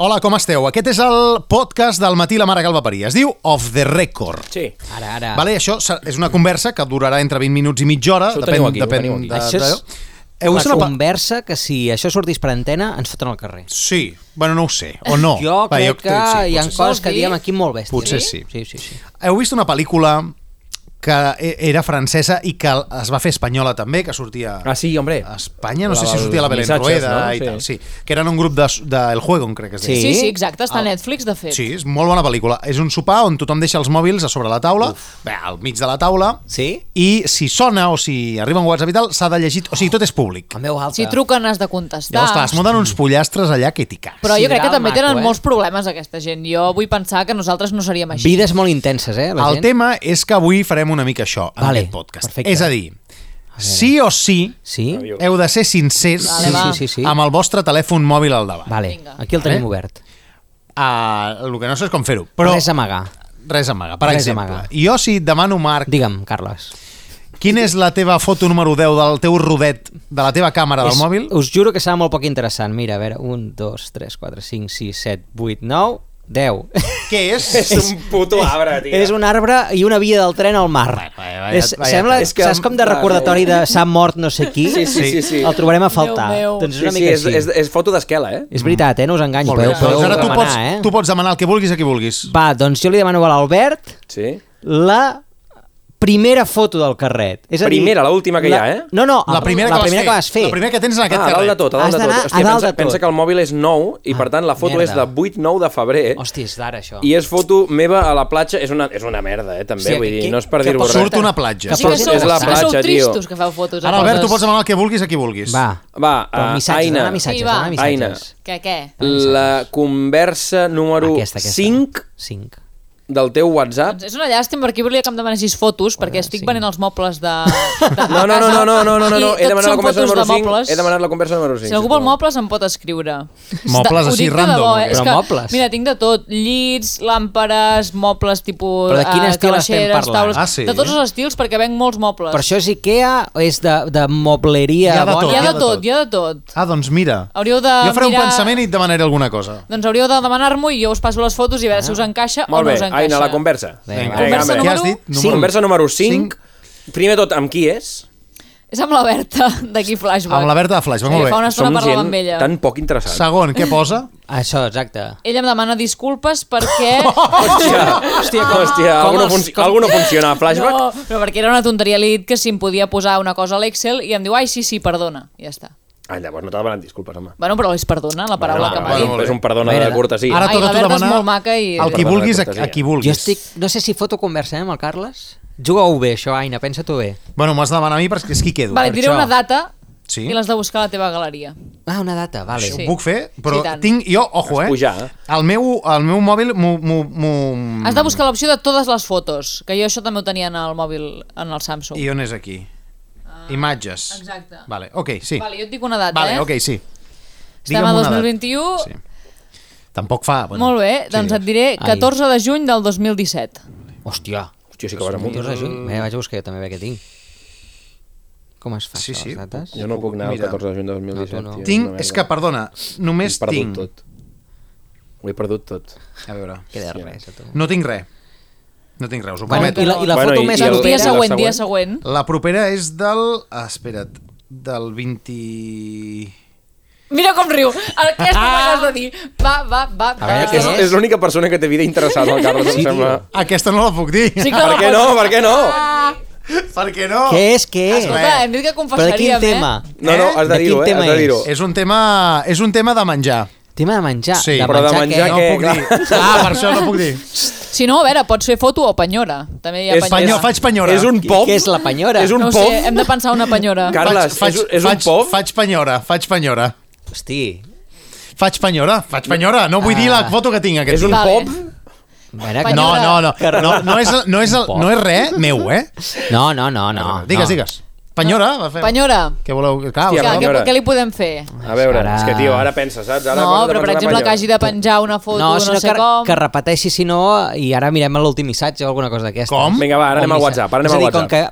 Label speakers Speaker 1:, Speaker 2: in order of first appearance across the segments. Speaker 1: Hola, com esteu? Aquest és el podcast del matí la mare que el va parir. Es diu Off the Record.
Speaker 2: Sí. Ara, ara.
Speaker 1: Vale, això se- és una conversa que durarà entre 20 minuts i mitja hora.
Speaker 2: Això ho
Speaker 1: depèn,
Speaker 2: teniu aquí, ho
Speaker 1: depèn
Speaker 2: teniu aquí.
Speaker 1: De,
Speaker 3: Això
Speaker 1: de...
Speaker 3: és
Speaker 1: Heu vist
Speaker 3: la
Speaker 1: una pa-
Speaker 3: conversa que si això sortís per antena ens foten al carrer.
Speaker 1: Sí, bueno, no ho sé, o no.
Speaker 3: Jo
Speaker 1: Va,
Speaker 3: crec que
Speaker 1: sí,
Speaker 3: hi ha
Speaker 1: potser sí.
Speaker 3: coses que
Speaker 2: Vols dir?
Speaker 3: diem aquí molt bèsties. eh?
Speaker 1: Potser sí.
Speaker 3: Sí, sí, sí.
Speaker 1: Heu vist una pel·lícula que e- era francesa i que es va fer espanyola també, que sortia
Speaker 2: Ah, sí, hombre.
Speaker 1: a Espanya, no
Speaker 2: La
Speaker 1: sé si
Speaker 2: del
Speaker 1: sortia la Belén
Speaker 2: Missatges,
Speaker 1: Rueda
Speaker 2: no?
Speaker 1: i
Speaker 2: Sí.
Speaker 1: tal, sí. Que eren un grup de, de El Juego, crec que es deia.
Speaker 3: Sí?
Speaker 4: Sí, sí, exacte,
Speaker 2: Ah.
Speaker 4: està a Netflix, de fet.
Speaker 1: Sí, és molt bona pel·lícula. És un sopar on tothom deixa els mòbils a sobre la taula, bé, al mig de la taula,
Speaker 3: Sí?
Speaker 1: i si sona o si arriba un WhatsApp i tal, s'ha de llegir... O sigui, tot és públic.
Speaker 3: En veu alta.
Speaker 4: Si truquen has de
Speaker 3: doncs.
Speaker 4: contestar.
Speaker 1: Llavors, clar, es munten uns pollastres allà que t'hi cags.
Speaker 4: Però jo crec que
Speaker 3: Sideral
Speaker 4: també
Speaker 3: maco,
Speaker 4: tenen
Speaker 3: eh?
Speaker 4: molts problemes aquesta gent. Jo vull pensar que nosaltres no seríem així.
Speaker 3: Vides molt intenses, eh, la
Speaker 1: El
Speaker 3: gent?
Speaker 1: tema és que avui farem una mica això, en
Speaker 3: Vale,
Speaker 1: aquest podcast.
Speaker 3: perfecte.
Speaker 1: És a dir, sí o sí,
Speaker 3: Sí?
Speaker 1: heu de ser sincers
Speaker 4: Vale, Sí, va.
Speaker 3: sí, sí, sí.
Speaker 1: amb el vostre telèfon mòbil al davant.
Speaker 3: Vale,
Speaker 4: Vinga.
Speaker 3: aquí el tenim obert.
Speaker 1: Uh, el que no sé és com fer-ho,
Speaker 3: Però...
Speaker 1: però
Speaker 3: Res a amagar.
Speaker 1: res amaga. Per
Speaker 3: Res
Speaker 1: exemple,
Speaker 3: amaga.
Speaker 1: jo si et demano, Marc,
Speaker 3: Digue'm, Carles.
Speaker 1: quina és la teva foto número 10 del teu rodet, de la teva càmera del
Speaker 3: És-
Speaker 1: mòbil,
Speaker 3: Us juro que serà molt poc interessant. Mira, a veure, 1, 2, 3, 4, 5, 6, 7, 8, 9, 10.
Speaker 1: què és?
Speaker 2: És un puto arbre, tio.
Speaker 3: És un arbre i una via del tren al mar.
Speaker 1: Vaja, vaja,
Speaker 3: És,
Speaker 1: vaja,
Speaker 3: sembla,
Speaker 1: vaja.
Speaker 3: és que, saps com de recordatori de s'ha mort no sé qui?
Speaker 2: Sí, sí, sí, sí.
Speaker 3: El trobarem a faltar.
Speaker 4: Déu meu.
Speaker 3: Doncs és
Speaker 2: Sí,
Speaker 3: una
Speaker 2: sí,
Speaker 3: mica
Speaker 2: és,
Speaker 3: així.
Speaker 2: és, és foto d'esquela, eh?
Speaker 3: És veritat, eh? No us enganyo.
Speaker 1: Molt bé,
Speaker 3: Podeu, podeu
Speaker 1: doncs ara tu
Speaker 3: demanar,
Speaker 1: pots,
Speaker 3: eh?
Speaker 1: tu pots demanar el que vulguis a qui vulguis.
Speaker 3: Va, doncs jo li demano a l'Albert
Speaker 2: Sí.
Speaker 3: la primera foto del carret. És a dir,
Speaker 2: Primera, l'última que hi ha, eh?
Speaker 3: No, no,
Speaker 1: La primera,
Speaker 3: la
Speaker 1: que,
Speaker 3: primera que vas fer.
Speaker 1: La primera que tens en aquest
Speaker 2: Ah, a dalt de
Speaker 1: carrer.
Speaker 2: tot, a dalt
Speaker 3: Has
Speaker 2: de tot.
Speaker 3: d'anar
Speaker 2: Hòstia,
Speaker 3: a dalt
Speaker 2: pensa,
Speaker 3: de tot. Ah,
Speaker 2: pensa que el mòbil és nou i, per tant, la foto
Speaker 3: merda.
Speaker 2: és de 8-9 de febrer
Speaker 3: Hòstia, és d'ara, això.
Speaker 2: i és foto meva a la platja. És una, és una merda, eh, també,
Speaker 3: Hòstia,
Speaker 2: vull
Speaker 3: que-
Speaker 2: dir,
Speaker 3: que-
Speaker 2: no és per
Speaker 1: Que
Speaker 2: dir-ho res.
Speaker 1: surt una platja.
Speaker 3: Que
Speaker 4: Sí que
Speaker 3: posi-
Speaker 4: sou,
Speaker 3: és la
Speaker 4: sí que sou
Speaker 2: platja,
Speaker 4: tio.
Speaker 2: tio.
Speaker 4: que feu fotos.
Speaker 1: Ara, Albert,
Speaker 4: coses.
Speaker 1: tu pots demanar el que vulguis a qui vulguis.
Speaker 3: Va,
Speaker 2: Va,
Speaker 3: però
Speaker 2: eh,
Speaker 3: missatges,
Speaker 2: Aina.
Speaker 3: dona missatges,
Speaker 4: Sí, va.
Speaker 3: dona missatges.
Speaker 2: Aina.
Speaker 4: Que què?
Speaker 2: La conversa número
Speaker 3: Aquesta, aquesta.
Speaker 2: 5
Speaker 3: 5.
Speaker 2: del teu WhatsApp.
Speaker 4: Doncs és una llàstima, perquè volia que em demanessis fotos, perquè estic
Speaker 3: sí.
Speaker 4: venent els mobles de... de
Speaker 2: No, no, no, no, no, no, no, no, no.
Speaker 4: I
Speaker 2: he
Speaker 4: tot
Speaker 2: demanat la
Speaker 4: són
Speaker 2: conversa
Speaker 4: fotos
Speaker 2: número
Speaker 4: de
Speaker 2: 5.
Speaker 4: mobles.
Speaker 2: He demanat la conversa número 5.
Speaker 4: Si algú vol mobles em pot escriure.
Speaker 1: Mobles
Speaker 4: Ho
Speaker 1: així,
Speaker 4: dic de
Speaker 1: random,
Speaker 4: debò,
Speaker 1: o
Speaker 4: eh?
Speaker 1: què?
Speaker 4: És
Speaker 3: Però
Speaker 4: que,
Speaker 3: mobles?
Speaker 4: Mira, tinc de tot. Llits, làmperes, mobles tipus...
Speaker 3: Però de quin
Speaker 4: eh,
Speaker 3: estil estem
Speaker 4: calaixeres,
Speaker 3: parlant?
Speaker 4: taules.
Speaker 1: Ah, sí?
Speaker 4: De tots els estils, perquè venc molts mobles.
Speaker 3: Per això és Ikea o és de, de mobleria
Speaker 1: Hi ha de
Speaker 3: bona?
Speaker 1: tot,
Speaker 4: Hi ha
Speaker 1: hi
Speaker 4: de tot, hi ha de tot.
Speaker 1: Ah, doncs mira.
Speaker 4: Hauríeu de
Speaker 1: Jo faré un
Speaker 4: mirar-
Speaker 1: pensament i et demanaré alguna cosa.
Speaker 4: Doncs hauríeu de demanar-m'ho i jo us passo les fotos i a veure
Speaker 3: Ah.
Speaker 4: si us encaixa o
Speaker 2: Molt
Speaker 4: no
Speaker 2: bé,
Speaker 4: us encaixa.
Speaker 2: Aina, la conversa.
Speaker 3: Vinga,
Speaker 4: Conversa
Speaker 2: home.
Speaker 1: Què
Speaker 4: número-
Speaker 1: has dit?
Speaker 3: Número-
Speaker 2: Conversa número 5. Primer de tot, amb qui és?
Speaker 4: És amb la Berta, d'aquí Flashback.
Speaker 1: Amb la Berta de Flashback,
Speaker 4: Sí,
Speaker 1: molt bé.
Speaker 4: Fa una estona
Speaker 2: Som
Speaker 4: parlava
Speaker 2: gent
Speaker 4: amb ella.
Speaker 2: tan poc interessant.
Speaker 1: Segon, què posa?
Speaker 3: Això, exacte.
Speaker 4: Ella em demana disculpes perquè...
Speaker 2: Hòstia, hòstia, com, hòstia
Speaker 3: com
Speaker 2: algú, no
Speaker 3: els-
Speaker 2: func...
Speaker 3: com-
Speaker 2: algú no funciona a flashback?
Speaker 4: No, però perquè era una tonteria, li he dit que si em podia posar una cosa a l'Excel i em diu, ai, sí, sí, perdona. I ja està.
Speaker 2: Ah, llavors no t'ha demanat disculpes, home.
Speaker 4: Bueno, però és perdona la paraula
Speaker 2: Bueno,
Speaker 4: que m'ha
Speaker 2: bueno,
Speaker 4: dit.
Speaker 1: dit.
Speaker 2: És un perdona
Speaker 3: Mira,
Speaker 2: de cortesia.
Speaker 1: Ara
Speaker 4: Ai,
Speaker 1: toca
Speaker 4: la
Speaker 1: tu
Speaker 4: Berta és
Speaker 1: demanar
Speaker 4: molt maca i-
Speaker 1: el qui
Speaker 2: Perdona,
Speaker 1: vulguis a,
Speaker 2: cortesia.
Speaker 1: a qui vulguis.
Speaker 3: Jo estic... No sé si foto conversa, eh, amb el Carles. Juga-ho bé, això, Aina, pensa-t'ho bé.
Speaker 1: Bueno, m'has de demanar a mi perquè és qui quedo.
Speaker 4: Vale, et diré
Speaker 3: això.
Speaker 4: una data
Speaker 1: Sí.
Speaker 4: i l'has de buscar a la teva galeria.
Speaker 3: Ah, una data, vale.
Speaker 1: Ho
Speaker 4: Sí.
Speaker 1: puc fer, però
Speaker 4: Sí, tant.
Speaker 1: tinc... Jo, ojo, eh?
Speaker 2: Has pujar.
Speaker 1: El meu, el meu mòbil m'ho... m'ho- m'ho-
Speaker 4: Has de buscar l'opció de totes les fotos, que jo això també ho tenia en el mòbil, en el Samsung.
Speaker 1: I on és aquí? Imatges.
Speaker 4: exacte.
Speaker 1: Vale, ok, sí.
Speaker 4: Vale, jo et dic una data,
Speaker 1: Vale,
Speaker 4: eh?
Speaker 1: ok, sí.
Speaker 4: Estem
Speaker 1: Digue'm
Speaker 4: a
Speaker 1: una data.
Speaker 4: 2021,
Speaker 1: Sí. Tampoc fa... Bueno,
Speaker 4: molt bé, doncs et diré
Speaker 3: Ai.
Speaker 4: 14 de juny del 2017.
Speaker 3: Hòstia.
Speaker 2: Hòstia, sí que vas amunt.
Speaker 3: Dos de juny. Bé, vaig a buscar jo també, a veure què tinc. Com es fa
Speaker 1: Sí,
Speaker 3: sí, això,
Speaker 1: sí.
Speaker 3: sí. les dates?
Speaker 2: Jo no puc anar el
Speaker 1: Mira.
Speaker 2: 14 de juny de 2017,
Speaker 3: No, Ah, tu no.
Speaker 2: tio.
Speaker 1: Tinc, és
Speaker 2: una merda.
Speaker 1: que, perdona, només
Speaker 2: Ho he
Speaker 1: tinc...
Speaker 2: perdut tot. Ho he perdut tot.
Speaker 1: A veure,
Speaker 3: Queda res, a tu.
Speaker 1: no tinc res. No tinc res, us ho
Speaker 3: Bueno,
Speaker 1: prometo.
Speaker 3: i la, i la
Speaker 2: Bueno,
Speaker 3: foto
Speaker 2: i-
Speaker 3: més eh?
Speaker 2: i el-
Speaker 4: Doncs dia
Speaker 2: i
Speaker 3: propera...
Speaker 2: la
Speaker 4: següent, dia
Speaker 2: següent?
Speaker 4: següent.
Speaker 1: La propera és del... Ah, espera't, del 20...
Speaker 4: Mira com riu. Aquesta ah. m'has de dir. Va, va, va.
Speaker 3: A veure,
Speaker 4: va.
Speaker 3: què
Speaker 2: És,
Speaker 3: és?
Speaker 2: és l'única persona que té vida interessada, el Carles, em
Speaker 3: Sí, tio.
Speaker 2: sembla.
Speaker 1: Aquesta no la puc dir.
Speaker 4: Sí que
Speaker 2: Per
Speaker 4: la
Speaker 2: què no?
Speaker 4: pots-
Speaker 2: Per què no?
Speaker 4: Ah.
Speaker 1: Per què no?
Speaker 3: Què és, què és?
Speaker 4: Escolta, hem dit que
Speaker 3: Però de
Speaker 4: confessaríem,
Speaker 3: quin tema?
Speaker 4: eh?
Speaker 2: No, no, has
Speaker 3: De
Speaker 2: de
Speaker 3: quin
Speaker 2: dir-ho, eh?
Speaker 3: tema
Speaker 2: Has de dir-ho.
Speaker 3: és?
Speaker 1: És un tema, és un tema de menjar.
Speaker 3: Tema de menjar.
Speaker 1: Sí.
Speaker 3: de
Speaker 1: Però
Speaker 2: de menjar
Speaker 3: menjar,
Speaker 1: no
Speaker 3: què?
Speaker 2: què?
Speaker 1: puc
Speaker 2: clar.
Speaker 1: dir. Ah, per això no puc dir.
Speaker 4: Si no, a veure, pots fer foto o penyora. També hi ha
Speaker 2: És-
Speaker 1: Penyo,
Speaker 4: penyora.
Speaker 1: faig penyora.
Speaker 2: És un pop.
Speaker 3: Què és la penyora?
Speaker 2: És un
Speaker 4: no ho
Speaker 2: pop.
Speaker 4: sé, hem de pensar una penyora.
Speaker 2: Car- Carles, és un- és un
Speaker 1: faig,
Speaker 2: pop?
Speaker 1: Faig penyora, faig penyora.
Speaker 3: Hosti.
Speaker 1: Faig penyora, faig penyora. No vull dir la foto que tinc aquest
Speaker 2: És un
Speaker 1: dia.
Speaker 4: Vale.
Speaker 2: pop.
Speaker 3: A Veure,
Speaker 4: Penyora.
Speaker 1: No, no, no. No, no, és, no, és, el, no és res meu, eh?
Speaker 3: No, no, no, no.
Speaker 1: Digues,
Speaker 3: no.
Speaker 1: digues. Penyora, va fer.
Speaker 4: Penyora.
Speaker 1: Què voleu? Clar,
Speaker 2: Hòstia,
Speaker 4: Clar,
Speaker 1: clar,
Speaker 4: què,
Speaker 2: penyora.
Speaker 4: què li podem fer?
Speaker 2: A veure,
Speaker 3: Ara.
Speaker 2: és que, tio, ara pensa, saps? Ara
Speaker 4: No,
Speaker 2: posa
Speaker 4: però per
Speaker 2: defensar
Speaker 4: exemple
Speaker 2: la
Speaker 4: que hagi de penjar una foto, no,
Speaker 3: sinó
Speaker 4: no sé
Speaker 3: que,
Speaker 4: com...
Speaker 3: que repeteixi, si no, i ara mirem l'últim missatge o alguna cosa d'aquesta.
Speaker 1: Com?
Speaker 2: Vinga, va, ara
Speaker 3: O
Speaker 2: anem al
Speaker 3: missa-
Speaker 2: WhatsApp, ara anem
Speaker 3: és a
Speaker 2: al
Speaker 3: dir, com que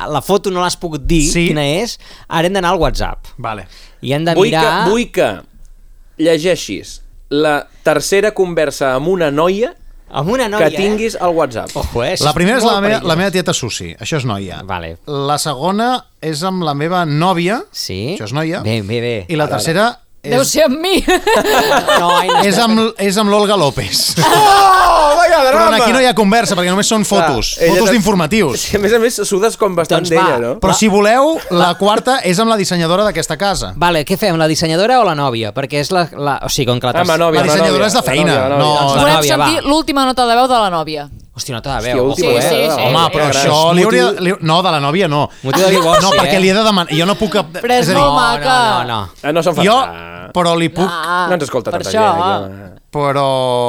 Speaker 3: ah, la foto no l'has pogut dir
Speaker 1: Sí.
Speaker 3: quina és, ara hem d'anar al WhatsApp.
Speaker 1: Vale.
Speaker 3: I hem de
Speaker 2: Vull
Speaker 3: mirar...
Speaker 2: que, vull que llegeixis la tercera conversa amb una noia
Speaker 3: Amb una
Speaker 2: que
Speaker 3: noia,
Speaker 2: tinguis al WhatsApp.
Speaker 3: eh? Ojo, eh?
Speaker 1: La primera és
Speaker 3: molt
Speaker 1: la meva,
Speaker 3: perillós.
Speaker 1: la meva tieta Susi, això és noia.
Speaker 3: Vale.
Speaker 1: La segona és amb la meva nòvia,
Speaker 3: Sí?
Speaker 1: això és noia.
Speaker 3: Bé, bé, bé.
Speaker 1: I la tercera
Speaker 4: Deu
Speaker 1: és,
Speaker 4: ser amb mi.
Speaker 3: No, ai, no,
Speaker 1: és amb, és amb l'Olga López.
Speaker 2: Oh, vaya drama!
Speaker 1: Però en aquí no hi ha conversa, perquè només són fotos,
Speaker 2: ella
Speaker 1: fotos
Speaker 2: tam-
Speaker 1: d'informatius.
Speaker 2: Sí, a més a més, sudes com bastant
Speaker 3: Doncs va.
Speaker 2: d'ella, no?
Speaker 1: Però si voleu, la quarta és amb la dissenyadora d'aquesta casa.
Speaker 3: Vale, què fem, la dissenyadora o la nòvia? Perquè és la... la... O sigui, com que la...
Speaker 2: Amb la
Speaker 1: La
Speaker 2: nòvia, amb
Speaker 1: dissenyadora
Speaker 2: nòvia,
Speaker 1: és de
Speaker 2: la
Speaker 1: feina,
Speaker 2: nòvia, la
Speaker 1: no-
Speaker 2: nòvia.
Speaker 3: Doncs la
Speaker 4: Volem
Speaker 3: nòvia, va.
Speaker 4: sentir l'última nota de veu de la nòvia.
Speaker 3: Hòstia, nota de
Speaker 2: Hòstia,
Speaker 3: veu.
Speaker 2: última
Speaker 4: Sí,
Speaker 3: ojo,
Speaker 4: sí,
Speaker 3: eh?
Speaker 4: sí.
Speaker 1: Home, però
Speaker 2: Gran.
Speaker 1: això li hauria...
Speaker 2: Motiu-
Speaker 1: Li, no, de la nòvia no.
Speaker 3: Motiu de divorci,
Speaker 1: No, perquè
Speaker 3: eh?
Speaker 1: li he de demanar... Jo no puc...
Speaker 4: Però
Speaker 1: a
Speaker 4: és
Speaker 1: dir,
Speaker 4: molt
Speaker 3: No, no, no, no.
Speaker 2: Ah, no se'n fa.
Speaker 1: Jo, però li puc...
Speaker 4: Ah,
Speaker 2: No ens escolta
Speaker 4: per
Speaker 2: tanta
Speaker 4: això. ah.
Speaker 2: gent. eh, Aquí,
Speaker 1: Però...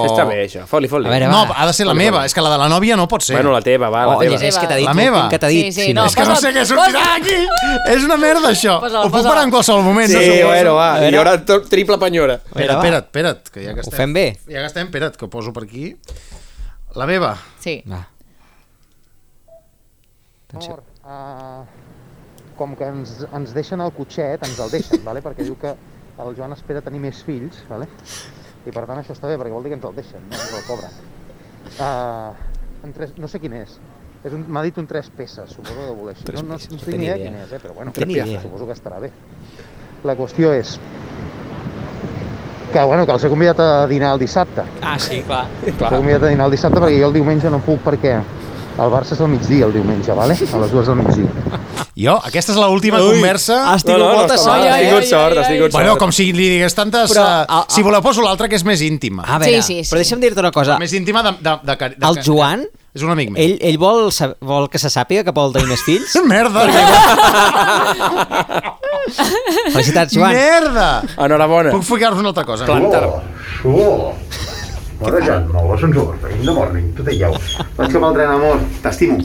Speaker 2: home. Està bé, això. Fot-li, fot-li.
Speaker 3: A veure,
Speaker 1: No,
Speaker 3: va.
Speaker 1: ha de ser la
Speaker 2: Vale,
Speaker 1: meva.
Speaker 2: vale.
Speaker 1: És que la de la nòvia no pot ser.
Speaker 2: Bueno, la teva, va, Ah, la
Speaker 3: Oh,
Speaker 2: teva.
Speaker 3: és, és que t'ha dit
Speaker 1: La
Speaker 3: l'últim
Speaker 1: meva.
Speaker 3: que t'ha dit.
Speaker 4: Sí, sí, no,
Speaker 1: és que no sé
Speaker 4: Posa'l,
Speaker 1: què sortirà aquí! És una merda, això!
Speaker 4: Posa'l,
Speaker 1: Ho puc
Speaker 4: posa'l.
Speaker 1: parar en qualsevol moment.
Speaker 2: Sí,
Speaker 1: no sé.
Speaker 2: bueno, va. I ara tot triple penyora.
Speaker 1: Espera,
Speaker 3: va.
Speaker 1: espera't, espera't, que ja que
Speaker 3: Ho
Speaker 1: estem...
Speaker 3: fem bé.
Speaker 1: Ja que estem, espera't, que ho poso per aquí. La meva.
Speaker 4: Sí.
Speaker 3: Va.
Speaker 5: Atenció. Ah, com que ens, ens deixen el cotxet, ens el deixen, vale? perquè diu que el Joan espera tenir més fills, vale? i per tant això està bé, perquè vol dir que ens el deixen, no ens el cobren. Uh, en tres, no sé quin és, és un- m'ha dit un tres peces, suposo que deu voler així. No, no, no tinc ni idea quin és, eh? però bueno,
Speaker 3: Ni idea.
Speaker 5: suposo que estarà bé. La qüestió és que, bueno, que els he convidat a dinar el dissabte,
Speaker 3: Ah, sí, clar.
Speaker 5: Clar. Puc mirar de dinar el dissabte perquè jo el diumenge no puc perquè el Barça és al migdia el diumenge, vale? a les dues del migdia.
Speaker 1: Jo, aquesta és l'última conversa...
Speaker 3: Has tingut
Speaker 2: no, no,
Speaker 3: molta
Speaker 2: no,
Speaker 3: sort,
Speaker 2: Has
Speaker 4: eh?
Speaker 2: tingut sort, has
Speaker 4: Ai, ai,
Speaker 2: tingut sort.
Speaker 1: Bueno, com si li digués tantes...
Speaker 3: Però,
Speaker 1: Però,
Speaker 3: a- a-
Speaker 1: Si voleu, poso l'altra, que és més íntima.
Speaker 3: A veure,
Speaker 4: Sí, sí, sí.
Speaker 3: però deixa'm dir-te una cosa.
Speaker 1: Més íntima de... de, de, de,
Speaker 3: El Joan,
Speaker 1: És un amic meu.
Speaker 3: ell, ell vol, sa- vol que se sàpiga que vol tenir més fills?
Speaker 1: Merda!
Speaker 3: Felicitats, Joan.
Speaker 1: Merda!
Speaker 2: Enhorabona.
Speaker 1: Puc ficar-vos una altra cosa? Uh.
Speaker 2: Planta.
Speaker 6: Oh, suor. Bona Jan, no, l'ascensor. Venim de morning, Doncs tu t'hi
Speaker 5: Vaig cap al tren, amor. T'estimo.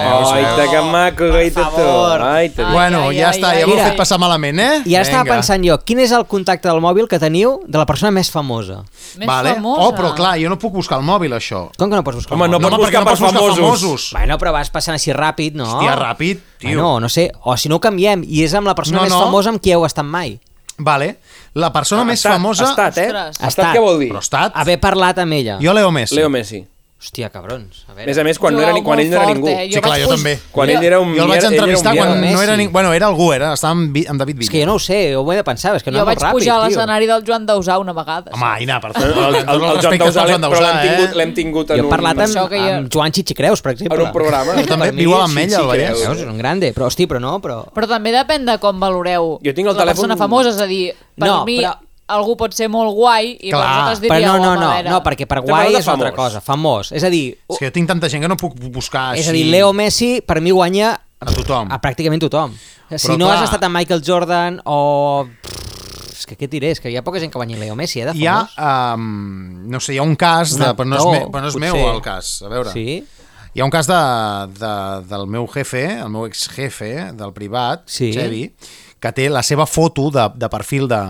Speaker 1: Veus, veus?
Speaker 2: Aita, que maco, gaita tu.
Speaker 3: favor.
Speaker 2: Aita.
Speaker 1: Bueno,
Speaker 4: Ai, ai,
Speaker 1: ja
Speaker 4: ai,
Speaker 1: està,
Speaker 4: ai,
Speaker 1: ja m'ho heu
Speaker 3: mira.
Speaker 1: fet passar malament, eh?
Speaker 3: I ara estava
Speaker 1: Vinga.
Speaker 3: pensant jo, quin és el contacte del mòbil que teniu de la persona més famosa?
Speaker 4: Més famosa.
Speaker 1: Oh, però clar, jo no puc buscar el mòbil, això.
Speaker 3: Com que no pots buscar
Speaker 2: Home,
Speaker 3: el
Speaker 2: no
Speaker 3: mòbil?
Speaker 2: pots
Speaker 1: home, perquè
Speaker 2: buscar per
Speaker 1: no pots buscar
Speaker 2: famosos.
Speaker 1: famosos.
Speaker 3: Bueno, però vas passant així ràpid, no?
Speaker 1: Hòstia, ràpid, tio.
Speaker 3: Bueno, no sé, o si no ho canviem i és amb la persona
Speaker 1: No,
Speaker 3: més
Speaker 1: no.
Speaker 3: famosa amb qui heu estat mai.
Speaker 1: Vale. La persona
Speaker 2: Ha
Speaker 1: més
Speaker 2: estat,
Speaker 1: famosa...
Speaker 2: Ha estat, eh?
Speaker 4: Ostres.
Speaker 2: Ha estat, què vol dir?
Speaker 1: Però ha estat...
Speaker 3: Haver parlat amb ella.
Speaker 1: Jo Leo Messi.
Speaker 2: Leo Messi.
Speaker 3: Hòstia, cabrons. A veure.
Speaker 2: Més a més, quan, no era, ni- quan ell no era ningú.
Speaker 4: eh.
Speaker 1: Sí, clar, jo també.
Speaker 2: Quan ell era un...
Speaker 1: jo el vaig
Speaker 2: era- ell era un
Speaker 1: entrevistar
Speaker 2: vial.
Speaker 1: quan no
Speaker 3: Messi.
Speaker 1: era ni... Bueno, era algú, era, estava amb, Vi- amb David Villa.
Speaker 3: És que jo no ho sé, ho he de pensar, és que no
Speaker 4: jo
Speaker 3: és
Speaker 4: vaig
Speaker 3: molt ràpid,
Speaker 4: pujar a
Speaker 3: tio.
Speaker 4: l'escenari del Joan Dausà una vegada.
Speaker 1: Home, Aina, per favor.
Speaker 2: El, el, el, el Joan
Speaker 1: respectes
Speaker 2: Dausà,
Speaker 1: pel
Speaker 2: l'hem- però l'hem tingut, l'hem
Speaker 1: eh?
Speaker 2: tingut en
Speaker 3: Jo he parlat
Speaker 2: un...
Speaker 3: amb,
Speaker 4: Això que jo-
Speaker 3: amb Joan Xixicreus, per exemple.
Speaker 2: En un programa.
Speaker 1: Jo també,
Speaker 3: Per mi,
Speaker 1: viu a l'Ametlla, al
Speaker 2: Xixicreus.
Speaker 1: Vallès.
Speaker 3: Veus, és un grande, però hosti, però no, però...
Speaker 4: Però també depèn de com valoreu
Speaker 2: Jo tinc el
Speaker 4: la
Speaker 2: telèfon-
Speaker 4: persona famosa, és a dir, per
Speaker 3: No,
Speaker 4: mi
Speaker 3: però-
Speaker 4: algú pot ser molt guai i
Speaker 1: Clar,
Speaker 4: per vosaltres
Speaker 3: Però
Speaker 4: diríeu,
Speaker 3: no, no,
Speaker 4: "Oh, home,
Speaker 3: no,
Speaker 4: a veure.
Speaker 3: no, perquè per
Speaker 2: Estem
Speaker 3: guai
Speaker 2: parlant de
Speaker 3: és una altra
Speaker 2: famós.
Speaker 3: cosa, famós. És a dir,
Speaker 1: És que jo tinc tanta gent que no puc buscar així.
Speaker 3: és a dir Leo Messi per mi guanya
Speaker 1: A tothom.
Speaker 3: A pràcticament tothom. si
Speaker 1: Però
Speaker 3: no
Speaker 1: clar-
Speaker 3: has estat amb Michael Jordan o... Pff, és que què et diré? És que hi ha poca gent que guanyi Leo Messi, eh, de
Speaker 1: Hi ha,
Speaker 3: famós.
Speaker 1: um, no sé, hi ha un cas, de,
Speaker 3: Un
Speaker 1: però no és,
Speaker 3: actor,
Speaker 1: me, però no és meu
Speaker 3: potser.
Speaker 1: el cas, a veure.
Speaker 3: Sí?
Speaker 1: Hi ha un cas de, de, del meu jefe, el meu exjefe del privat,
Speaker 3: Sí.
Speaker 1: Xevi, que té la seva foto de, de perfil de,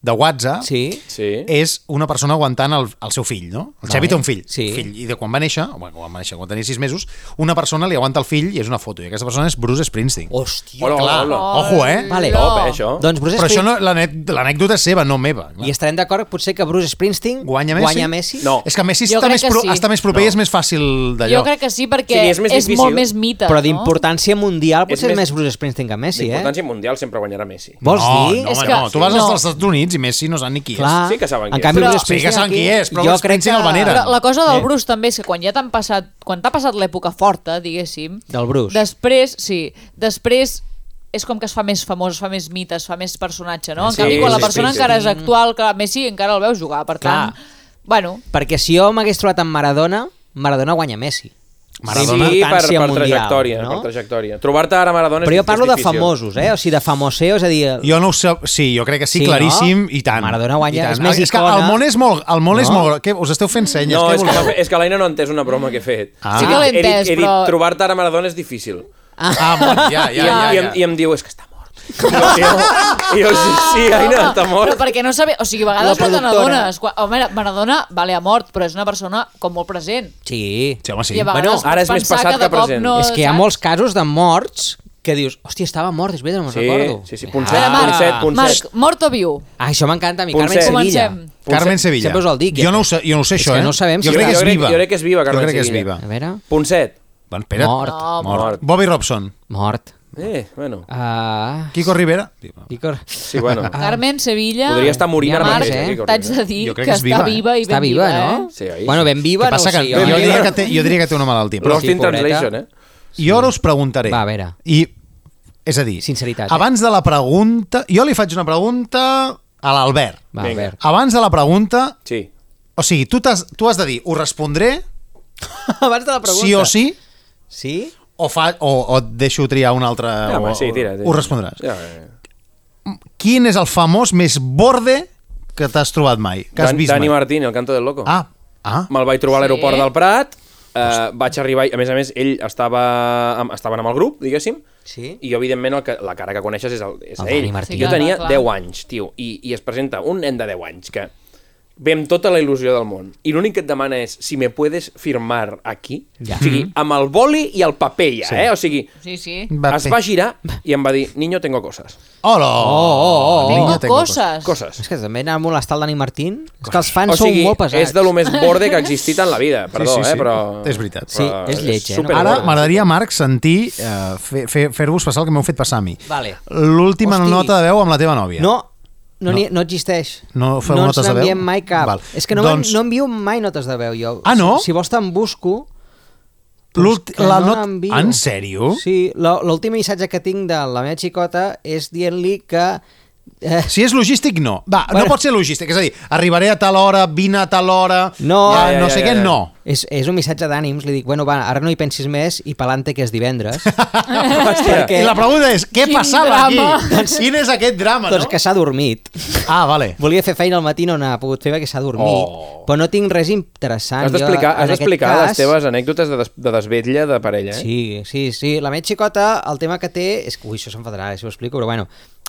Speaker 1: de WhatsApp,
Speaker 3: Sí?
Speaker 2: Sí.
Speaker 1: és una persona aguantant el, el seu fill, no? El Xavi
Speaker 3: Vale.
Speaker 1: té un fill,
Speaker 3: Sí.
Speaker 1: fill, i de quan va néixer, o bé, quan va néixer, quan tenia 6 mesos, una persona li aguanta el fill i és una foto, i aquesta persona és Bruce
Speaker 3: Oh,
Speaker 1: Springsteen.
Speaker 3: Hòstia.
Speaker 2: Hola, hola,
Speaker 1: Clar,
Speaker 2: hola.
Speaker 1: ojo, eh?
Speaker 3: Vale.
Speaker 2: Top, eh, això?
Speaker 3: Doncs Bruce
Speaker 1: Però això
Speaker 3: Springsteen...
Speaker 1: no, l'anec- l'anècdota és seva, no meva. clar.
Speaker 3: I estarem d'acord potser que Bruce Springsteen
Speaker 1: Guanya Messi?
Speaker 3: Guanya Messi?
Speaker 2: No.
Speaker 1: És que Messi
Speaker 4: Jo
Speaker 1: està
Speaker 4: crec
Speaker 1: més,
Speaker 4: que
Speaker 1: pro,
Speaker 4: sí.
Speaker 1: està més proper i és més fàcil d'allò.
Speaker 4: Jo crec que sí,
Speaker 2: O
Speaker 4: perquè
Speaker 2: sigui,
Speaker 4: és,
Speaker 2: és més
Speaker 4: és
Speaker 2: difícil,
Speaker 4: molt més mite,
Speaker 3: Però
Speaker 4: no?
Speaker 3: d'importància mundial
Speaker 2: És
Speaker 3: potser és
Speaker 2: més-
Speaker 3: més Bruce Springsteen que Messi, eh?
Speaker 2: L'importància mundial sempre guanyarà Messi.
Speaker 3: Vols
Speaker 1: no,
Speaker 3: dir?
Speaker 1: No,
Speaker 4: És
Speaker 1: home,
Speaker 4: que-
Speaker 1: no. Tu vas
Speaker 4: no.
Speaker 1: als Estats Units i Messi no sap ni qui és.
Speaker 3: Clar.
Speaker 2: Sí que saben qui
Speaker 3: en
Speaker 2: és.
Speaker 3: canvi,
Speaker 4: Però-
Speaker 1: Sí
Speaker 3: Bruce
Speaker 1: que
Speaker 3: Springsteen
Speaker 1: saben
Speaker 3: aquí-
Speaker 1: qui és, però
Speaker 3: jo
Speaker 1: Bruce
Speaker 3: crec
Speaker 1: Springsteen el veneren.
Speaker 4: Però la cosa del
Speaker 3: Eh.
Speaker 4: Bruce també és que quan ja t'han passat, quan t'ha passat l'època forta, diguéssim,
Speaker 3: Del Bruce.
Speaker 4: després, sí, després és com que es fa més famós, es fa més mite, es fa més personatge, no? En
Speaker 2: Sí,
Speaker 4: canvi, quan la
Speaker 2: sí,
Speaker 4: persona
Speaker 2: sí, sí.
Speaker 4: encara és actual, que Messi encara el veus jugar, per
Speaker 3: Clar.
Speaker 4: tant, bueno,
Speaker 3: Perquè si jo m'hagués trobat amb Maradona, Maradona guanya Messi.
Speaker 1: Maradona.
Speaker 2: sí, per,
Speaker 3: Importància
Speaker 2: per
Speaker 3: mundial,
Speaker 2: trajectòria.
Speaker 3: no?
Speaker 2: Per trajectòria. Trobar-te ara Maradona és
Speaker 3: Però jo parlo
Speaker 2: és
Speaker 3: de
Speaker 2: difícil.
Speaker 3: famosos, eh? O sigui, de famoseo, és a dir...
Speaker 1: Jo no ho sé, sí, jo crec que sí,
Speaker 3: Sí,
Speaker 1: sí claríssim,
Speaker 3: no?
Speaker 1: i tant.
Speaker 3: Maradona guanya,
Speaker 1: I tant.
Speaker 3: és més
Speaker 1: és que
Speaker 3: icona.
Speaker 1: el món és molt... El món no? és
Speaker 3: No?
Speaker 1: molt... Què, us esteu fent senyes?
Speaker 2: No,
Speaker 1: què
Speaker 2: és
Speaker 1: voleu?
Speaker 2: que, és que l'Aina no ha entès una broma que he fet.
Speaker 1: Ah.
Speaker 4: Sí que l'he
Speaker 2: He dit,
Speaker 4: entès,
Speaker 2: he dit
Speaker 4: però-
Speaker 2: trobar-te ara Maradona és difícil.
Speaker 1: Ah, bon, ja, ja,
Speaker 2: I,
Speaker 1: ja.
Speaker 2: I,
Speaker 1: ja.
Speaker 2: em, I em diu, és que està mort. I jo, i jo sí, sí, Aina, està
Speaker 4: Però
Speaker 2: mort.
Speaker 4: perquè no sabe... O sigui, a
Speaker 3: La
Speaker 4: vegades no te
Speaker 3: productora.
Speaker 4: n'adones. Quan- Home, Maradona, vale, ha mort, però és una persona com molt present.
Speaker 3: Sí.
Speaker 1: Sí, home, sí.
Speaker 4: I a vegades
Speaker 3: Bueno,
Speaker 4: pots
Speaker 2: ara és més
Speaker 4: pensar
Speaker 2: passat
Speaker 4: de
Speaker 2: que
Speaker 4: cop
Speaker 2: present.
Speaker 4: No,
Speaker 3: és que hi ha
Speaker 4: saps?
Speaker 3: molts casos de morts que dius, hòstia, estava mort, és veritat, no me'n
Speaker 2: Sí,
Speaker 1: Ah.
Speaker 3: recordo.
Speaker 2: sí, sí, punt
Speaker 4: A veure,
Speaker 2: set, punt
Speaker 4: Marc,
Speaker 2: set, punt
Speaker 4: Marc,
Speaker 2: set.
Speaker 4: mort o viu?
Speaker 3: Ah, això m'encanta a mi,
Speaker 2: Punt
Speaker 3: Carmen
Speaker 2: set.
Speaker 3: Sevilla.
Speaker 4: Comencem.
Speaker 1: Carmen Sevilla.
Speaker 3: sempre us el dic, eh?
Speaker 1: Jo no ho sé, jo no ho sé
Speaker 3: És
Speaker 1: això,
Speaker 3: que
Speaker 1: eh?
Speaker 3: no sabem
Speaker 1: jo
Speaker 3: si
Speaker 1: crec
Speaker 3: la-
Speaker 1: que és
Speaker 2: Jo crec-
Speaker 1: viva.
Speaker 2: jo crec que és viva, Carmen
Speaker 1: Jo crec que és
Speaker 2: Sevilla.
Speaker 1: viva.
Speaker 3: A veure...
Speaker 2: Ponset.
Speaker 1: Bueno, espera't.
Speaker 3: Mort.
Speaker 4: No,
Speaker 1: Mort.
Speaker 2: mort.
Speaker 1: Bobby Robson.
Speaker 3: Mort.
Speaker 2: Eh, bueno.
Speaker 3: Uh,
Speaker 1: Kiko Rivera.
Speaker 3: Kiko...
Speaker 2: Sí, bueno.
Speaker 3: Ah.
Speaker 1: Ah.
Speaker 4: Carmen Sevilla...
Speaker 2: Podria estar morint
Speaker 3: Hi ha
Speaker 2: ara
Speaker 3: marge,
Speaker 2: mateix.
Speaker 3: eh?
Speaker 2: eh, Kiko
Speaker 4: T'haig de
Speaker 2: Rivera.
Speaker 4: dir
Speaker 1: Jo
Speaker 4: que,
Speaker 1: crec que és
Speaker 4: està
Speaker 1: viva. eh?
Speaker 4: viva i ben
Speaker 3: Està viva,
Speaker 4: viva,
Speaker 3: no?
Speaker 4: eh?
Speaker 2: Sí, ahí.
Speaker 3: Bueno, ben viva,
Speaker 1: Què
Speaker 3: no ho
Speaker 1: passa?
Speaker 3: sé.
Speaker 1: Que
Speaker 3: home.
Speaker 1: jo, diria que
Speaker 2: Rivera.
Speaker 1: té, jo diria que té una malaltia. Però
Speaker 2: Lost in
Speaker 3: pobreta.
Speaker 2: Translation, eh?
Speaker 1: jo ara us preguntaré.
Speaker 3: Va, a veure.
Speaker 1: I, és a dir,
Speaker 3: Sinceritat, eh?
Speaker 1: abans de la pregunta... Jo li faig una pregunta a l'Albert.
Speaker 3: Va,
Speaker 2: Vinga.
Speaker 3: Albert.
Speaker 1: Abans de la pregunta...
Speaker 2: Sí.
Speaker 1: O sigui, tu, t'has- tu has de dir, ho respondré,
Speaker 3: Abans de la pregunta.
Speaker 1: sí o sí,
Speaker 3: Sí?
Speaker 1: o, fa, o, o et deixo triar un altre...
Speaker 2: Ja,
Speaker 1: o,
Speaker 2: home, sí, tira, tira.
Speaker 1: Ah, Ho respondràs.
Speaker 2: Ja, ja, ja.
Speaker 1: Quin és el famós més borde que t'has trobat mai? Que has
Speaker 2: Dan-
Speaker 1: vist
Speaker 2: Dani
Speaker 1: mai?
Speaker 2: Martín, el canto del loco.
Speaker 1: Ah, ah.
Speaker 2: Me'l vaig trobar a l'aeroport
Speaker 4: Sí.
Speaker 2: del Prat, eh, vaig arribar, i, a més a més, ell estava amb, estaven amb el grup, diguéssim,
Speaker 3: Sí.
Speaker 2: i jo, evidentment, el que, la cara que coneixes és, el, és
Speaker 3: El
Speaker 2: ell.
Speaker 3: Dani Martín.
Speaker 2: Jo
Speaker 4: Sí, clar,
Speaker 2: tenia
Speaker 4: clar.
Speaker 2: 10 anys, tio, i, i es presenta un nen de 10 anys que ve amb tota la il·lusió del món, i l'únic que et demana és si me puedes firmar aquí, ja.
Speaker 3: Ja.
Speaker 2: o sigui, amb el boli i el paper ja, sí. eh? O sigui,
Speaker 4: Sí, sí.
Speaker 1: Va
Speaker 2: es
Speaker 1: bé.
Speaker 2: va girar i em va dir, niño, tengo cosas.
Speaker 3: oh,
Speaker 1: Hola! Oh,
Speaker 4: Oh, tengo, coses.
Speaker 2: Coses.
Speaker 3: És que també anar a molestar el Dani Martín. És que els fans
Speaker 2: O sigui,
Speaker 3: són eh? molt pesats.
Speaker 2: és de lo més borde que ha existit en la vida, perdó,
Speaker 1: sí, sí.
Speaker 2: eh, però...
Speaker 1: És veritat.
Speaker 3: Sí, és lleig, eh, no?
Speaker 2: superborde.
Speaker 1: Ara m'agradaria, Marc, sentir, eh, fer- fer- fer-vos passar el que m'heu fet passar a mi.
Speaker 3: Vale.
Speaker 1: L'última
Speaker 3: Hosti.
Speaker 1: nota de veu amb la teva nòvia.
Speaker 3: No, no, no. no existeix.
Speaker 1: No feu
Speaker 3: no
Speaker 1: notes de veu?
Speaker 3: No ens n'enviem mai cap.
Speaker 1: Val.
Speaker 3: És que no, doncs...
Speaker 1: Doncs-
Speaker 3: no envio mai notes de veu jo.
Speaker 1: Ah, no?
Speaker 3: Si, si vols te'n busco... però és
Speaker 1: L'ult-
Speaker 3: que
Speaker 1: la
Speaker 3: no
Speaker 1: not-
Speaker 3: n'envio.
Speaker 1: En sèrio?
Speaker 3: Sí, la- l'últim missatge que tinc de la meva xicota és dient-li que... Eh,
Speaker 1: Si és logístic, no. Va,
Speaker 3: Bueno.
Speaker 1: no pot ser logístic. És a dir, arribaré a tal hora, vine a tal hora,
Speaker 3: No.
Speaker 1: ja,
Speaker 3: Ja,
Speaker 2: ja,
Speaker 1: no
Speaker 2: ja,
Speaker 1: sé
Speaker 2: ja,
Speaker 1: què,
Speaker 2: ja.
Speaker 1: no.
Speaker 3: és, és un missatge d'ànims, li dic, bueno, va, ara no hi pensis més i pelante que és divendres.
Speaker 2: Hòstia.
Speaker 3: Perquè-
Speaker 1: I la pregunta és, què
Speaker 4: Quin
Speaker 1: passava aquí? Doncs
Speaker 4: drama.
Speaker 1: Quin és aquest drama,
Speaker 3: doncs
Speaker 1: no?
Speaker 3: que s'ha dormit.
Speaker 1: Ah, vale.
Speaker 3: Volia fer feina al matí, no n'ha pogut fer perquè s'ha dormit.
Speaker 2: Oh.
Speaker 3: Però no tinc res interessant.
Speaker 2: Has
Speaker 3: jo,
Speaker 2: d'explicar
Speaker 3: en
Speaker 2: has
Speaker 3: aquest
Speaker 2: d'explicar
Speaker 3: cas...
Speaker 2: les teves anècdotes de, des, de desvetlla de parella, eh?
Speaker 3: Sí, sí, sí. La meva xicota, el tema que té... És que, ui, això s'enfadarà, eh, si ho explico, però bueno...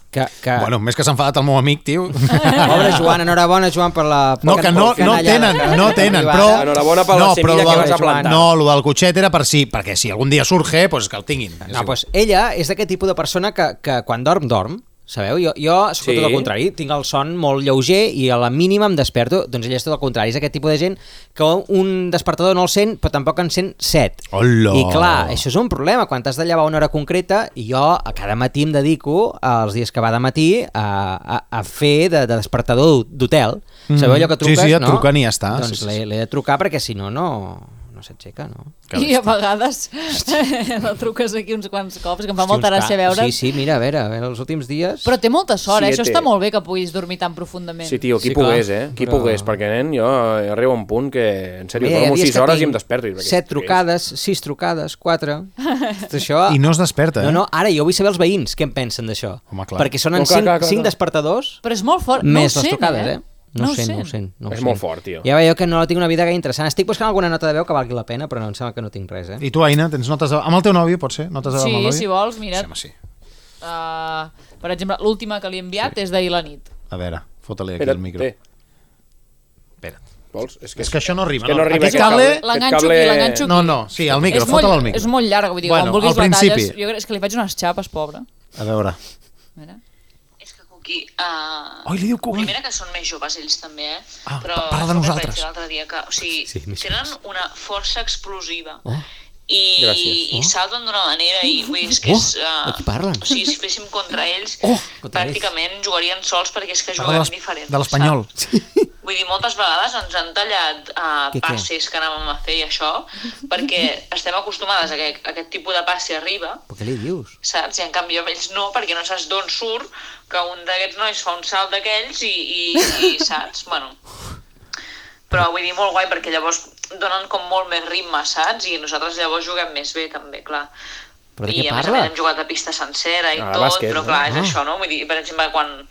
Speaker 3: Que, que...
Speaker 1: Bueno, més que s'ha enfadat el meu amic, tio.
Speaker 3: Pobre Joan, enhorabona, Joan, per la...
Speaker 1: No, que no,
Speaker 3: per la
Speaker 1: no
Speaker 3: canallada
Speaker 1: tenen,
Speaker 3: que-
Speaker 1: no
Speaker 3: que
Speaker 1: tenen,
Speaker 3: privada.
Speaker 1: però...
Speaker 2: Enhorabona per la
Speaker 1: no,
Speaker 2: semilla
Speaker 1: però
Speaker 2: que
Speaker 1: lo
Speaker 2: vas
Speaker 1: del-
Speaker 2: a plantar.
Speaker 1: No, el del cotxet era per si, perquè si algun dia surge, pues que el tinguin. És
Speaker 3: No,
Speaker 1: igual.
Speaker 3: doncs ella és d'aquest tipus de persona que, que quan dorm, dorm. Sabeu? Jo, jo soc
Speaker 2: Sí.
Speaker 3: sí. tot el contrari, tinc el son molt lleuger i a la mínima em desperto, doncs ella és tot el contrari, és aquest tipus de gent que un despertador no el sent, però tampoc en sent set.
Speaker 1: Hola.
Speaker 3: I clar, això és un problema, quan t'has de llevar a una hora concreta, i jo a cada matí em dedico, els dies que va de matí, a, a, a fer de, de despertador d'hotel. Sabeu allò que
Speaker 1: Mm-hmm. Sí, sí,
Speaker 3: truques,
Speaker 1: ja
Speaker 3: no?
Speaker 1: truquen i ja està. Sí,
Speaker 3: Doncs
Speaker 1: sí,
Speaker 3: l'he l'he de trucar perquè si no, no, no s'aixeca, no?
Speaker 4: I a vegades la truques aquí uns quants cops, que em fa
Speaker 3: Hòstia,
Speaker 4: molta
Speaker 3: uns
Speaker 4: gràcia
Speaker 3: ca-
Speaker 4: veure't.
Speaker 3: Sí, sí, mira, a veure, a veure els últims dies...
Speaker 4: Però té molta sort, eh? Això
Speaker 2: Siete.
Speaker 4: està molt bé que puguis dormir tan profundament.
Speaker 2: Sí, tio, qui
Speaker 3: Sí,
Speaker 2: sí,
Speaker 3: clar,
Speaker 2: pogués, eh? Qui
Speaker 3: però-
Speaker 2: però... pogués, perquè, nen, jo eh, arribo a un punt que, en sèrio,
Speaker 3: Bé, hi ha
Speaker 2: dormo
Speaker 3: dies
Speaker 2: 6
Speaker 3: que
Speaker 2: hores i
Speaker 3: tinc
Speaker 2: em desperto. I dic,
Speaker 3: Set
Speaker 2: "Què és?"
Speaker 3: trucades, sis trucades, quatre... Tot això...
Speaker 2: Ah.
Speaker 1: I no es desperta,
Speaker 3: No,
Speaker 1: eh?
Speaker 3: no, ara jo vull saber els veïns què en pensen d'això.
Speaker 1: Home, clar.
Speaker 3: Perquè sonen
Speaker 2: No, clar,
Speaker 3: cinc,
Speaker 2: clar, clar,
Speaker 3: cinc
Speaker 2: clar.
Speaker 3: despertadors
Speaker 4: Però és molt fort.
Speaker 3: més
Speaker 4: no ho
Speaker 3: les
Speaker 4: sent,
Speaker 3: trucades, eh? No, ho
Speaker 4: ho
Speaker 3: sent, no ho sent. No ho
Speaker 2: És
Speaker 3: sent.
Speaker 2: molt fort, tio.
Speaker 3: Ja veieu que no tinc una vida gaire interessant. Estic buscant alguna nota de veu que valgui la pena, però no, em sembla que no tinc res, eh?
Speaker 1: I tu, Aina, tens notes... De... Amb el teu nòvio, pot ser? Notes de-
Speaker 4: Sí,
Speaker 1: amb el nòvio?
Speaker 4: si vols, mira.
Speaker 1: Sí, home, sí.
Speaker 4: Uh, per exemple, l'última que li he enviat sí. és d'ahir la nit.
Speaker 1: A veure, fota-li aquí
Speaker 2: Espera't,
Speaker 1: el micro.
Speaker 2: té.
Speaker 1: Espera't.
Speaker 2: Vols? És que,
Speaker 1: És que això no rima,
Speaker 2: és que
Speaker 1: no.
Speaker 2: no rima
Speaker 1: Aquest
Speaker 2: aquest
Speaker 1: cable-
Speaker 2: Aquest
Speaker 4: L'enganxo
Speaker 2: cable-
Speaker 4: aquí, l'enganxo aquí.
Speaker 1: No, no, sí, al micro,
Speaker 4: és, molt,
Speaker 1: fota'l al micro.
Speaker 4: és molt llarg, vull dir,
Speaker 1: Bueno,
Speaker 4: quan vulguis
Speaker 1: al
Speaker 4: la talles.
Speaker 1: principi.
Speaker 4: Jo crec que li faig unes xapes, pobre.
Speaker 1: A veure.
Speaker 4: Mira.
Speaker 7: És que Cuqui... Uh,
Speaker 1: Ai, li diu Cuqui.
Speaker 7: Primera que són més joves ells també, eh?
Speaker 1: Ah, pa- parla de
Speaker 7: escolta,
Speaker 1: nosaltres.
Speaker 7: vaig dir L'altre dia que, o sigui,
Speaker 3: Sí,
Speaker 7: sí,
Speaker 3: més
Speaker 7: tenen una força explosiva.
Speaker 3: Oh.
Speaker 7: I,
Speaker 2: Gràcies.
Speaker 3: Uh-huh.
Speaker 7: i salten d'una manera i vull dir, és que és,
Speaker 3: Oh,
Speaker 7: eh,
Speaker 3: de qui parlen?
Speaker 7: o sigui, si féssim contra ells
Speaker 3: Oh, contra ells.
Speaker 7: pràcticament jugarien sols perquè és que
Speaker 1: Parla de
Speaker 7: juguen
Speaker 1: l'es-
Speaker 7: diferent
Speaker 1: de l'espanyol.
Speaker 7: saps? Vull dir, moltes vegades ens han tallat
Speaker 3: Què, què?
Speaker 7: uh, passes que anàvem a fer i això perquè estem acostumades a que aquest tipus de passe arriba
Speaker 3: Però què li dius?
Speaker 7: saps? I en canvi amb ells no, perquè no saps d'on surt que un d'aquests nois fa un salt d'aquells i, i, i saps? Bueno, però vull dir molt guai perquè llavors donen com molt més ritme, saps? I nosaltres llavors juguem més bé també, clar.
Speaker 3: Però de
Speaker 7: I
Speaker 3: què
Speaker 7: a més a
Speaker 3: parla?
Speaker 7: més hem jugat a pista sencera i
Speaker 2: Ah,
Speaker 7: tot,
Speaker 2: bàsquet,
Speaker 7: però
Speaker 2: no?
Speaker 7: clar, és això, no? Vull dir, per exemple, quan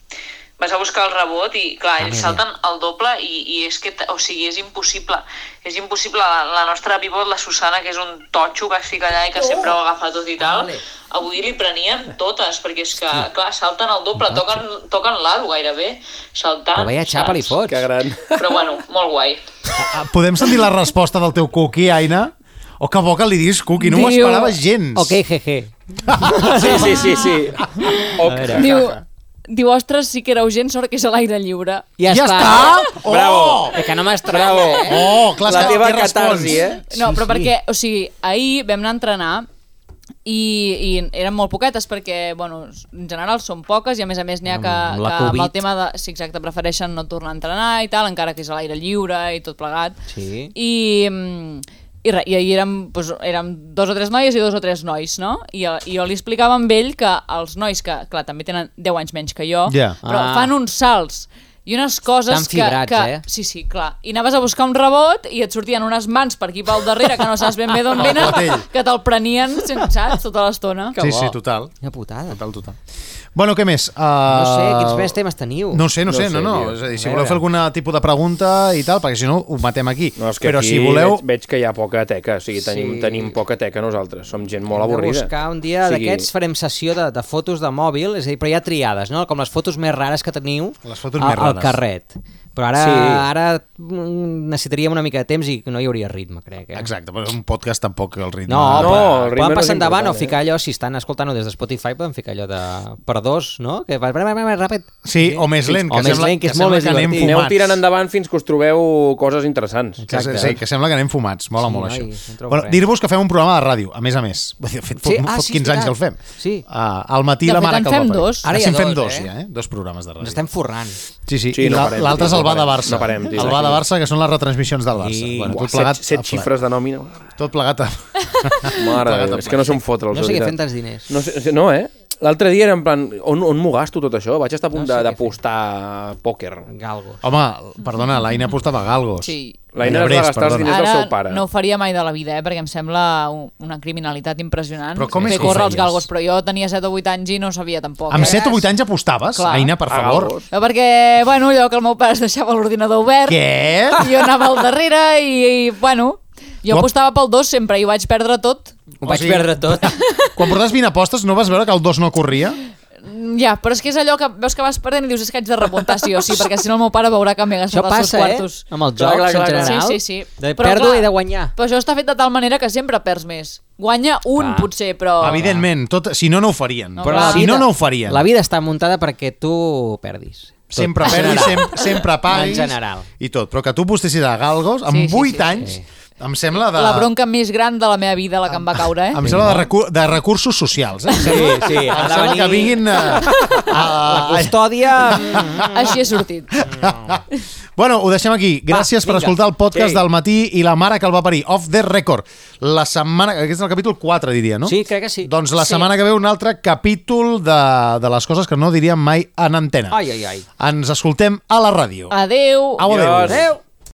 Speaker 7: vas a buscar el rebot i clar, ells salten el doble i, i és que, t- o sigui, és impossible. És impossible, la, la nostra pivot, la Susana, que és un totxo que es fica allà i que sempre ho agafa tot i tal,
Speaker 3: Vale.
Speaker 7: avui li prenien totes, perquè és que, clar, salten el doble, toquen, toquen l'aro gairebé, saltant.
Speaker 3: Però veia xapa li
Speaker 7: Ah, saps?
Speaker 3: fots.
Speaker 2: Que gran.
Speaker 7: Però bueno, molt guai.
Speaker 1: Ah, Podem sentir la resposta del teu cookie, Aina? O que bo que li dius cookie, no m'ho
Speaker 4: Diu-
Speaker 1: esperava gens.
Speaker 3: Ok, jeje.
Speaker 2: Sí, sí, sí, sí. O,
Speaker 3: A veure.
Speaker 4: Diu, diu, ostres, sí que era urgent, sort que és a l'aire lliure.
Speaker 3: Ja,
Speaker 1: Ja
Speaker 3: està.
Speaker 1: està? Oh!
Speaker 2: Bravo.
Speaker 3: Eh, que no m'estranya,
Speaker 2: Bravo.
Speaker 3: eh?
Speaker 1: Oh, clar,
Speaker 2: la
Speaker 1: és que-
Speaker 2: teva
Speaker 1: què respons?
Speaker 2: catarsi, eh?
Speaker 4: No,
Speaker 3: Sí,
Speaker 4: però
Speaker 3: sí.
Speaker 4: perquè, o sigui, ahir vam anar a entrenar i, i eren molt poquetes perquè, bueno, en general són poques i a més a més n'hi ha
Speaker 3: Amb
Speaker 4: que,
Speaker 3: la
Speaker 4: que amb
Speaker 3: Covid.
Speaker 4: el tema de... Sí, exacte, prefereixen no tornar a entrenar i tal, encara que és a l'aire lliure i tot plegat.
Speaker 3: Sí.
Speaker 4: I, mm, i, re, i ahir érem, doncs, érem dos o tres noies i dos o tres nois, no? I, I jo li explicava amb ell que els nois, que clar, també tenen 10 anys menys que jo,
Speaker 1: Ja.
Speaker 4: però
Speaker 3: Ah.
Speaker 4: fan uns salts i unes coses
Speaker 3: Estan fibrats,
Speaker 4: que, que,
Speaker 3: eh?
Speaker 4: Sí, sí, clar. I anaves a buscar un rebot i et sortien unes mans per aquí pel darrere que no saps ben bé d'on
Speaker 1: El
Speaker 4: venen,
Speaker 1: clatell.
Speaker 4: que te'l prenien, sense- saps, tota l'estona.
Speaker 3: Que
Speaker 1: Sí,
Speaker 3: bo.
Speaker 1: sí, total.
Speaker 3: Quina putada.
Speaker 1: Total, total. Bueno, què més? Uh...
Speaker 3: No sé, quins més temes teniu?
Speaker 1: No ho sé, no,
Speaker 2: No
Speaker 1: sé,
Speaker 2: ho
Speaker 1: no,
Speaker 2: sé,
Speaker 1: no.
Speaker 2: tio.
Speaker 1: És a dir, si
Speaker 2: A
Speaker 1: voleu
Speaker 2: veure.
Speaker 1: fer algun tipus de pregunta i tal, perquè si no ho matem aquí.
Speaker 2: No, és que
Speaker 1: Però
Speaker 2: aquí
Speaker 1: si voleu...
Speaker 2: veig, veig que hi ha poca teca, o sigui, tenim,
Speaker 3: Sí.
Speaker 2: tenim poca teca nosaltres, som gent molt
Speaker 3: Hem de
Speaker 2: avorrida.
Speaker 3: buscar un dia
Speaker 2: O sigui,
Speaker 3: d'aquests farem sessió de, de fotos de mòbil, és a dir, però ja triades, no? Com les fotos més rares que teniu
Speaker 1: Les fotos
Speaker 3: al,
Speaker 1: més
Speaker 3: al
Speaker 1: rares.
Speaker 3: carret. Però ara, sí.
Speaker 2: Sí.
Speaker 3: ara mm, necessitaríem una mica de temps i no hi hauria ritme, crec. Eh?
Speaker 1: Exacte, però un podcast tampoc el ritme...
Speaker 2: No,
Speaker 3: No, no
Speaker 2: el ritme
Speaker 3: poden
Speaker 2: no és
Speaker 3: passar endavant o
Speaker 2: important, eh?
Speaker 3: ficar allò, si estan escoltant-ho des de Spotify, poden ficar allò de per dos, no? Que va, va, va, va, ràpid.
Speaker 1: Sí, o més lent,
Speaker 3: O
Speaker 1: que
Speaker 3: més
Speaker 1: sembla,
Speaker 3: lent, que és
Speaker 1: sembla
Speaker 3: molt més
Speaker 1: que anem
Speaker 3: divertit.
Speaker 2: Aneu
Speaker 1: fumats.
Speaker 2: tirant endavant fins que us trobeu coses interessants.
Speaker 1: Que, se- sí, que sembla que anem fumats, mola
Speaker 3: Sí,
Speaker 1: molt
Speaker 3: noi,
Speaker 1: això.
Speaker 3: no trobo
Speaker 1: Bueno,
Speaker 3: res.
Speaker 1: Dir-vos que fem un programa de ràdio, a més a més. Vull dir, De fet, fot,
Speaker 3: Sí, ah,
Speaker 1: fot
Speaker 3: sí,
Speaker 1: 15 anys
Speaker 3: és
Speaker 1: que el fem.
Speaker 3: veritat. Sí.
Speaker 1: Ah, el matí
Speaker 4: De
Speaker 1: i la
Speaker 4: fet,
Speaker 1: mara
Speaker 4: en
Speaker 1: que el
Speaker 4: fem
Speaker 1: va parir.
Speaker 4: dos.
Speaker 3: Ara
Speaker 1: Ara
Speaker 3: hi
Speaker 1: sí,
Speaker 3: ha
Speaker 1: en fem
Speaker 3: dos,
Speaker 1: dos,
Speaker 3: eh?
Speaker 1: ja, eh? Dos programes de ràdio.
Speaker 3: Ens estem forrant.
Speaker 1: Sí, sí,
Speaker 2: Sí,
Speaker 1: i
Speaker 2: no
Speaker 1: la-
Speaker 2: parem,
Speaker 1: l'altre
Speaker 2: tio,
Speaker 1: és el
Speaker 2: no
Speaker 1: va de
Speaker 2: parem,
Speaker 1: Barça.
Speaker 2: no parem, tio,
Speaker 1: el va de
Speaker 2: aquí.
Speaker 1: Barça, que són les retransmissions del Barça.
Speaker 3: I-
Speaker 1: Bueno,
Speaker 2: Buah,
Speaker 1: tot plegat,
Speaker 2: set, set xifres de nòmina.
Speaker 1: Tot plegat. a-
Speaker 2: Mare, de
Speaker 1: plegat a
Speaker 2: Déu, és que no se'n fotre.
Speaker 3: No sé què fem dels diners.
Speaker 2: No, sé, no eh? L'altre dia era en plan, on, on m'ho gasto tot això? Vaig estar a punt
Speaker 3: No sé
Speaker 2: de-
Speaker 3: què
Speaker 2: d'apostar a pòquer.
Speaker 3: Galgo.
Speaker 1: Home, perdona, l'Aina apostava a Galgos.
Speaker 4: Sí.
Speaker 2: L'Aina es
Speaker 1: Llebrers,
Speaker 2: va gastar els
Speaker 1: perdona.
Speaker 2: diners del seu pare.
Speaker 4: no ho faria mai de la vida, eh? perquè em sembla un- una criminalitat impressionant
Speaker 1: Però com és
Speaker 4: fer
Speaker 1: que ho
Speaker 4: córrer
Speaker 1: feies?
Speaker 4: els galgos, però jo tenia 7 o 8 anys i no sabia tampoc.
Speaker 1: Amb
Speaker 4: eh?
Speaker 1: 7 o 8 anys apostaves?
Speaker 4: Clar.
Speaker 1: Aina, per
Speaker 2: A
Speaker 1: favor.
Speaker 2: Galgos.
Speaker 4: No, perquè, bueno, allò que el meu pare es deixava l'ordinador obert,
Speaker 1: Què?
Speaker 4: i jo anava al darrere i, i bueno, jo
Speaker 1: Tu-
Speaker 4: apostava pel dos sempre i ho vaig perdre tot.
Speaker 3: Ho
Speaker 1: O
Speaker 3: vaig
Speaker 1: sigui-
Speaker 3: perdre tot.
Speaker 1: Quan portaves 20 apostes no vas veure que el 2 no corria?
Speaker 4: Mm, Ja, però és que és allò que veus que vas perdent i dius és que haig de remuntar sí o sí, perquè si no el meu pare veurà que m'he
Speaker 3: Això
Speaker 4: gastat els seus
Speaker 3: passa, eh?
Speaker 4: quartos.
Speaker 3: Amb els
Speaker 2: Clar, clar,
Speaker 3: jocs
Speaker 2: clar,
Speaker 3: en
Speaker 2: clar.
Speaker 3: general.
Speaker 4: Sí, sí, sí.
Speaker 3: De
Speaker 4: Però
Speaker 3: perdre
Speaker 4: clar,
Speaker 3: i de guanyar.
Speaker 4: Però això està fet de tal manera que sempre perds més. Guanya un,
Speaker 3: Clar.
Speaker 4: potser, però...
Speaker 1: Evidentment, tot, si no, no ho farien.
Speaker 4: No,
Speaker 1: Però
Speaker 4: clar.
Speaker 1: si no, no ho farien.
Speaker 3: La vida està muntada perquè tu perdis. Tot.
Speaker 1: Sempre
Speaker 3: En
Speaker 1: perdis,
Speaker 3: general.
Speaker 1: sempre, sempre paguis.
Speaker 3: En general.
Speaker 1: I tot. Però que tu postessis a Galgos, amb
Speaker 4: Sí, sí,
Speaker 1: 8
Speaker 4: sí, sí.
Speaker 1: anys, em sembla de...
Speaker 4: La bronca més gran de la meva vida, la que em va caure,
Speaker 1: Em
Speaker 4: eh?
Speaker 1: sembla de, recu de recursos socials. Eh?
Speaker 3: Sí, sí,
Speaker 1: Em
Speaker 3: ha de
Speaker 1: sembla que
Speaker 3: venir-
Speaker 1: vinguin... eh, A,
Speaker 3: La custòdia... mm,
Speaker 4: Així he sortit.
Speaker 1: Mm. Bueno, ho deixem aquí. Gràcies
Speaker 3: vinga.
Speaker 1: per escoltar el podcast
Speaker 2: Sí.
Speaker 1: del matí i la mare que el va parir. Off the record. La setmana... Aquest és el capítol 4, diria, no?
Speaker 3: Sí, crec que sí.
Speaker 1: Doncs la
Speaker 4: Sí.
Speaker 1: setmana que ve un altre capítol de, de les coses que no diríem mai en antena.
Speaker 3: Ai, ai, ai.
Speaker 1: Ens escoltem a la ràdio.
Speaker 4: Adeu.
Speaker 1: Au, adéu.
Speaker 2: Adiós.
Speaker 3: Adéu.